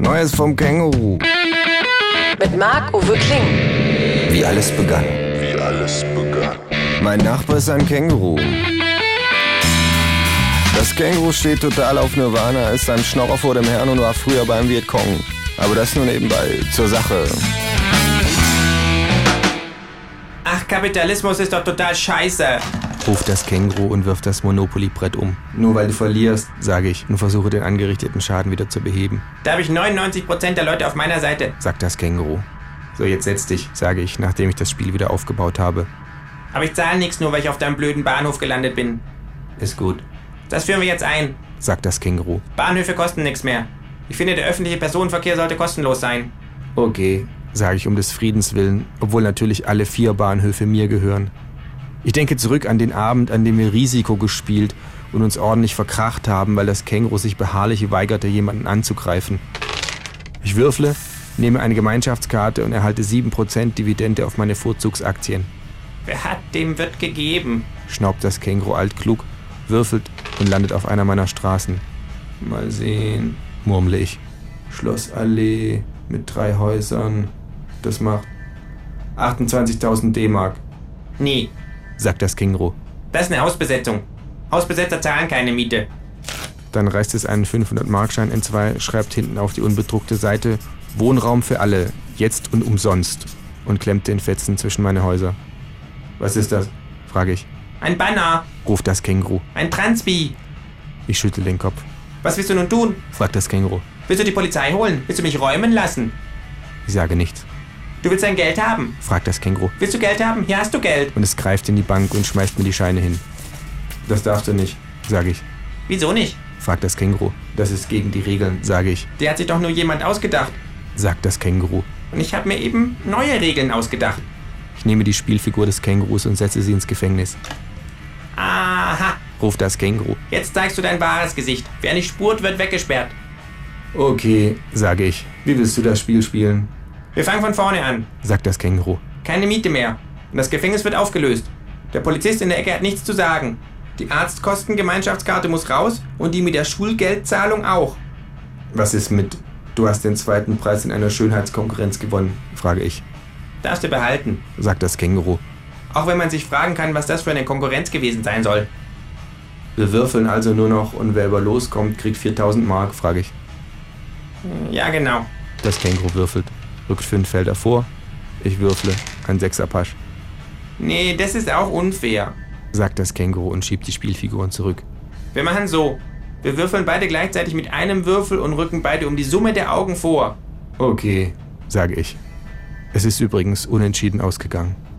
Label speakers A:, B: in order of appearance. A: Neues vom Känguru.
B: Mit Marc-Uwe Kling.
A: Wie alles begann.
C: wie alles begann.
A: Mein Nachbar ist ein Känguru. Das Känguru steht total auf Nirvana, ist ein Schnorrer vor dem Herrn und war früher beim Vietcong. Aber das nur nebenbei, zur Sache.
D: Ach, Kapitalismus ist doch total scheiße.
A: Ruft das Känguru und wirft das Monopoly-Brett um. Nur weil du verlierst, sage ich und versuche den angerichteten Schaden wieder zu beheben,
D: Da habe ich 99% der Leute auf meiner Seite.
A: sagt das Känguru. So, jetzt setz dich, sage ich, nachdem ich das Spiel wieder aufgebaut habe.
D: Aber ich zahle nichts, nur weil ich auf deinem blöden Bahnhof gelandet bin.
A: Ist gut,
D: Das führen wir jetzt ein.
A: sagt das Känguru.
D: Bahnhöfe kosten nichts mehr. Ich finde, der öffentliche Personenverkehr sollte kostenlos sein.
A: Okay, sage ich um des Friedens willen, obwohl natürlich alle vier Bahnhöfe mir gehören. Ich denke zurück an den Abend, an dem wir Risiko gespielt und uns ordentlich verkracht haben, weil das Känguru sich beharrlich weigerte, jemanden anzugreifen. Ich würfle, nehme eine Gemeinschaftskarte und erhalte 7% Dividende auf meine Vorzugsaktien.
D: Wer hat, dem wird gegeben.
A: Schnaubt das Känguru altklug, würfelt und landet auf einer meiner Straßen. Mal sehen, murmle ich. Schlossallee mit drei Häusern. Das macht 28.000 D-Mark,
D: Nee,
A: sagt das Känguru.
D: das ist eine Hausbesetzung. Hausbesetzer zahlen keine Miete.
A: Dann reißt es einen 500-Markschein in zwei, schreibt hinten auf die unbedruckte Seite Wohnraum für alle, jetzt und umsonst und klemmt den Fetzen zwischen meine Häuser. Was ist das? frage ich.
D: Ein Banner,
A: Ruft das Känguru.
D: ein Transpi.
A: Ich schüttel den Kopf.
D: Was willst du nun tun?
A: Fragt das Känguru.
D: Willst du die Polizei holen? Willst du mich räumen lassen?
A: Ich sage nichts.
D: Du willst dein Geld haben.
A: Fragt das Känguru.
D: Willst du Geld haben? Hier hast du Geld.
A: und es greift in die Bank und schmeißt mir die Scheine hin. Das darfst du nicht, sage ich.
D: Wieso nicht?
A: Fragt das Känguru. Das ist gegen die Regeln, sage ich.
D: Die hat sich doch nur jemand ausgedacht.
A: Sagt das Känguru.
D: Und ich habe mir eben neue Regeln ausgedacht.
A: Ich nehme die Spielfigur des Kängurus und setze sie ins Gefängnis.
D: Aha,
A: Ruft das Känguru.
D: jetzt zeigst du dein wahres Gesicht. Wer nicht spurt, wird weggesperrt.
A: Okay, sage ich. Wie willst du das Spiel spielen?
D: Wir fangen von vorne an.
A: Sagt das Känguru.
D: Keine Miete mehr. Und das Gefängnis wird aufgelöst. Der Polizist in der Ecke hat nichts zu sagen. Die Arztkostengemeinschaftskarte muss raus und die mit der Schulgeldzahlung auch.
A: Was ist mit... Du hast den zweiten Preis in einer Schönheitskonkurrenz gewonnen, frage ich.
D: Darfst du behalten.
A: Sagt das Känguru.
D: Auch wenn man sich fragen kann, was das für eine Konkurrenz gewesen sein soll.
A: Wir würfeln also nur noch und wer über loskommt, kriegt 4000 Mark, frage ich.
D: Ja, genau.
A: Das Känguru würfelt, rückt fünf Felder vor. Ich würfle, ein Sechserpasch,
D: Nee, das ist auch unfair.
A: sagt das Känguru und schiebt die Spielfiguren zurück.
D: Wir machen so. Wir würfeln beide gleichzeitig mit einem Würfel und rücken beide um die Summe der Augen vor.
A: Okay, sage ich. Es ist übrigens unentschieden ausgegangen.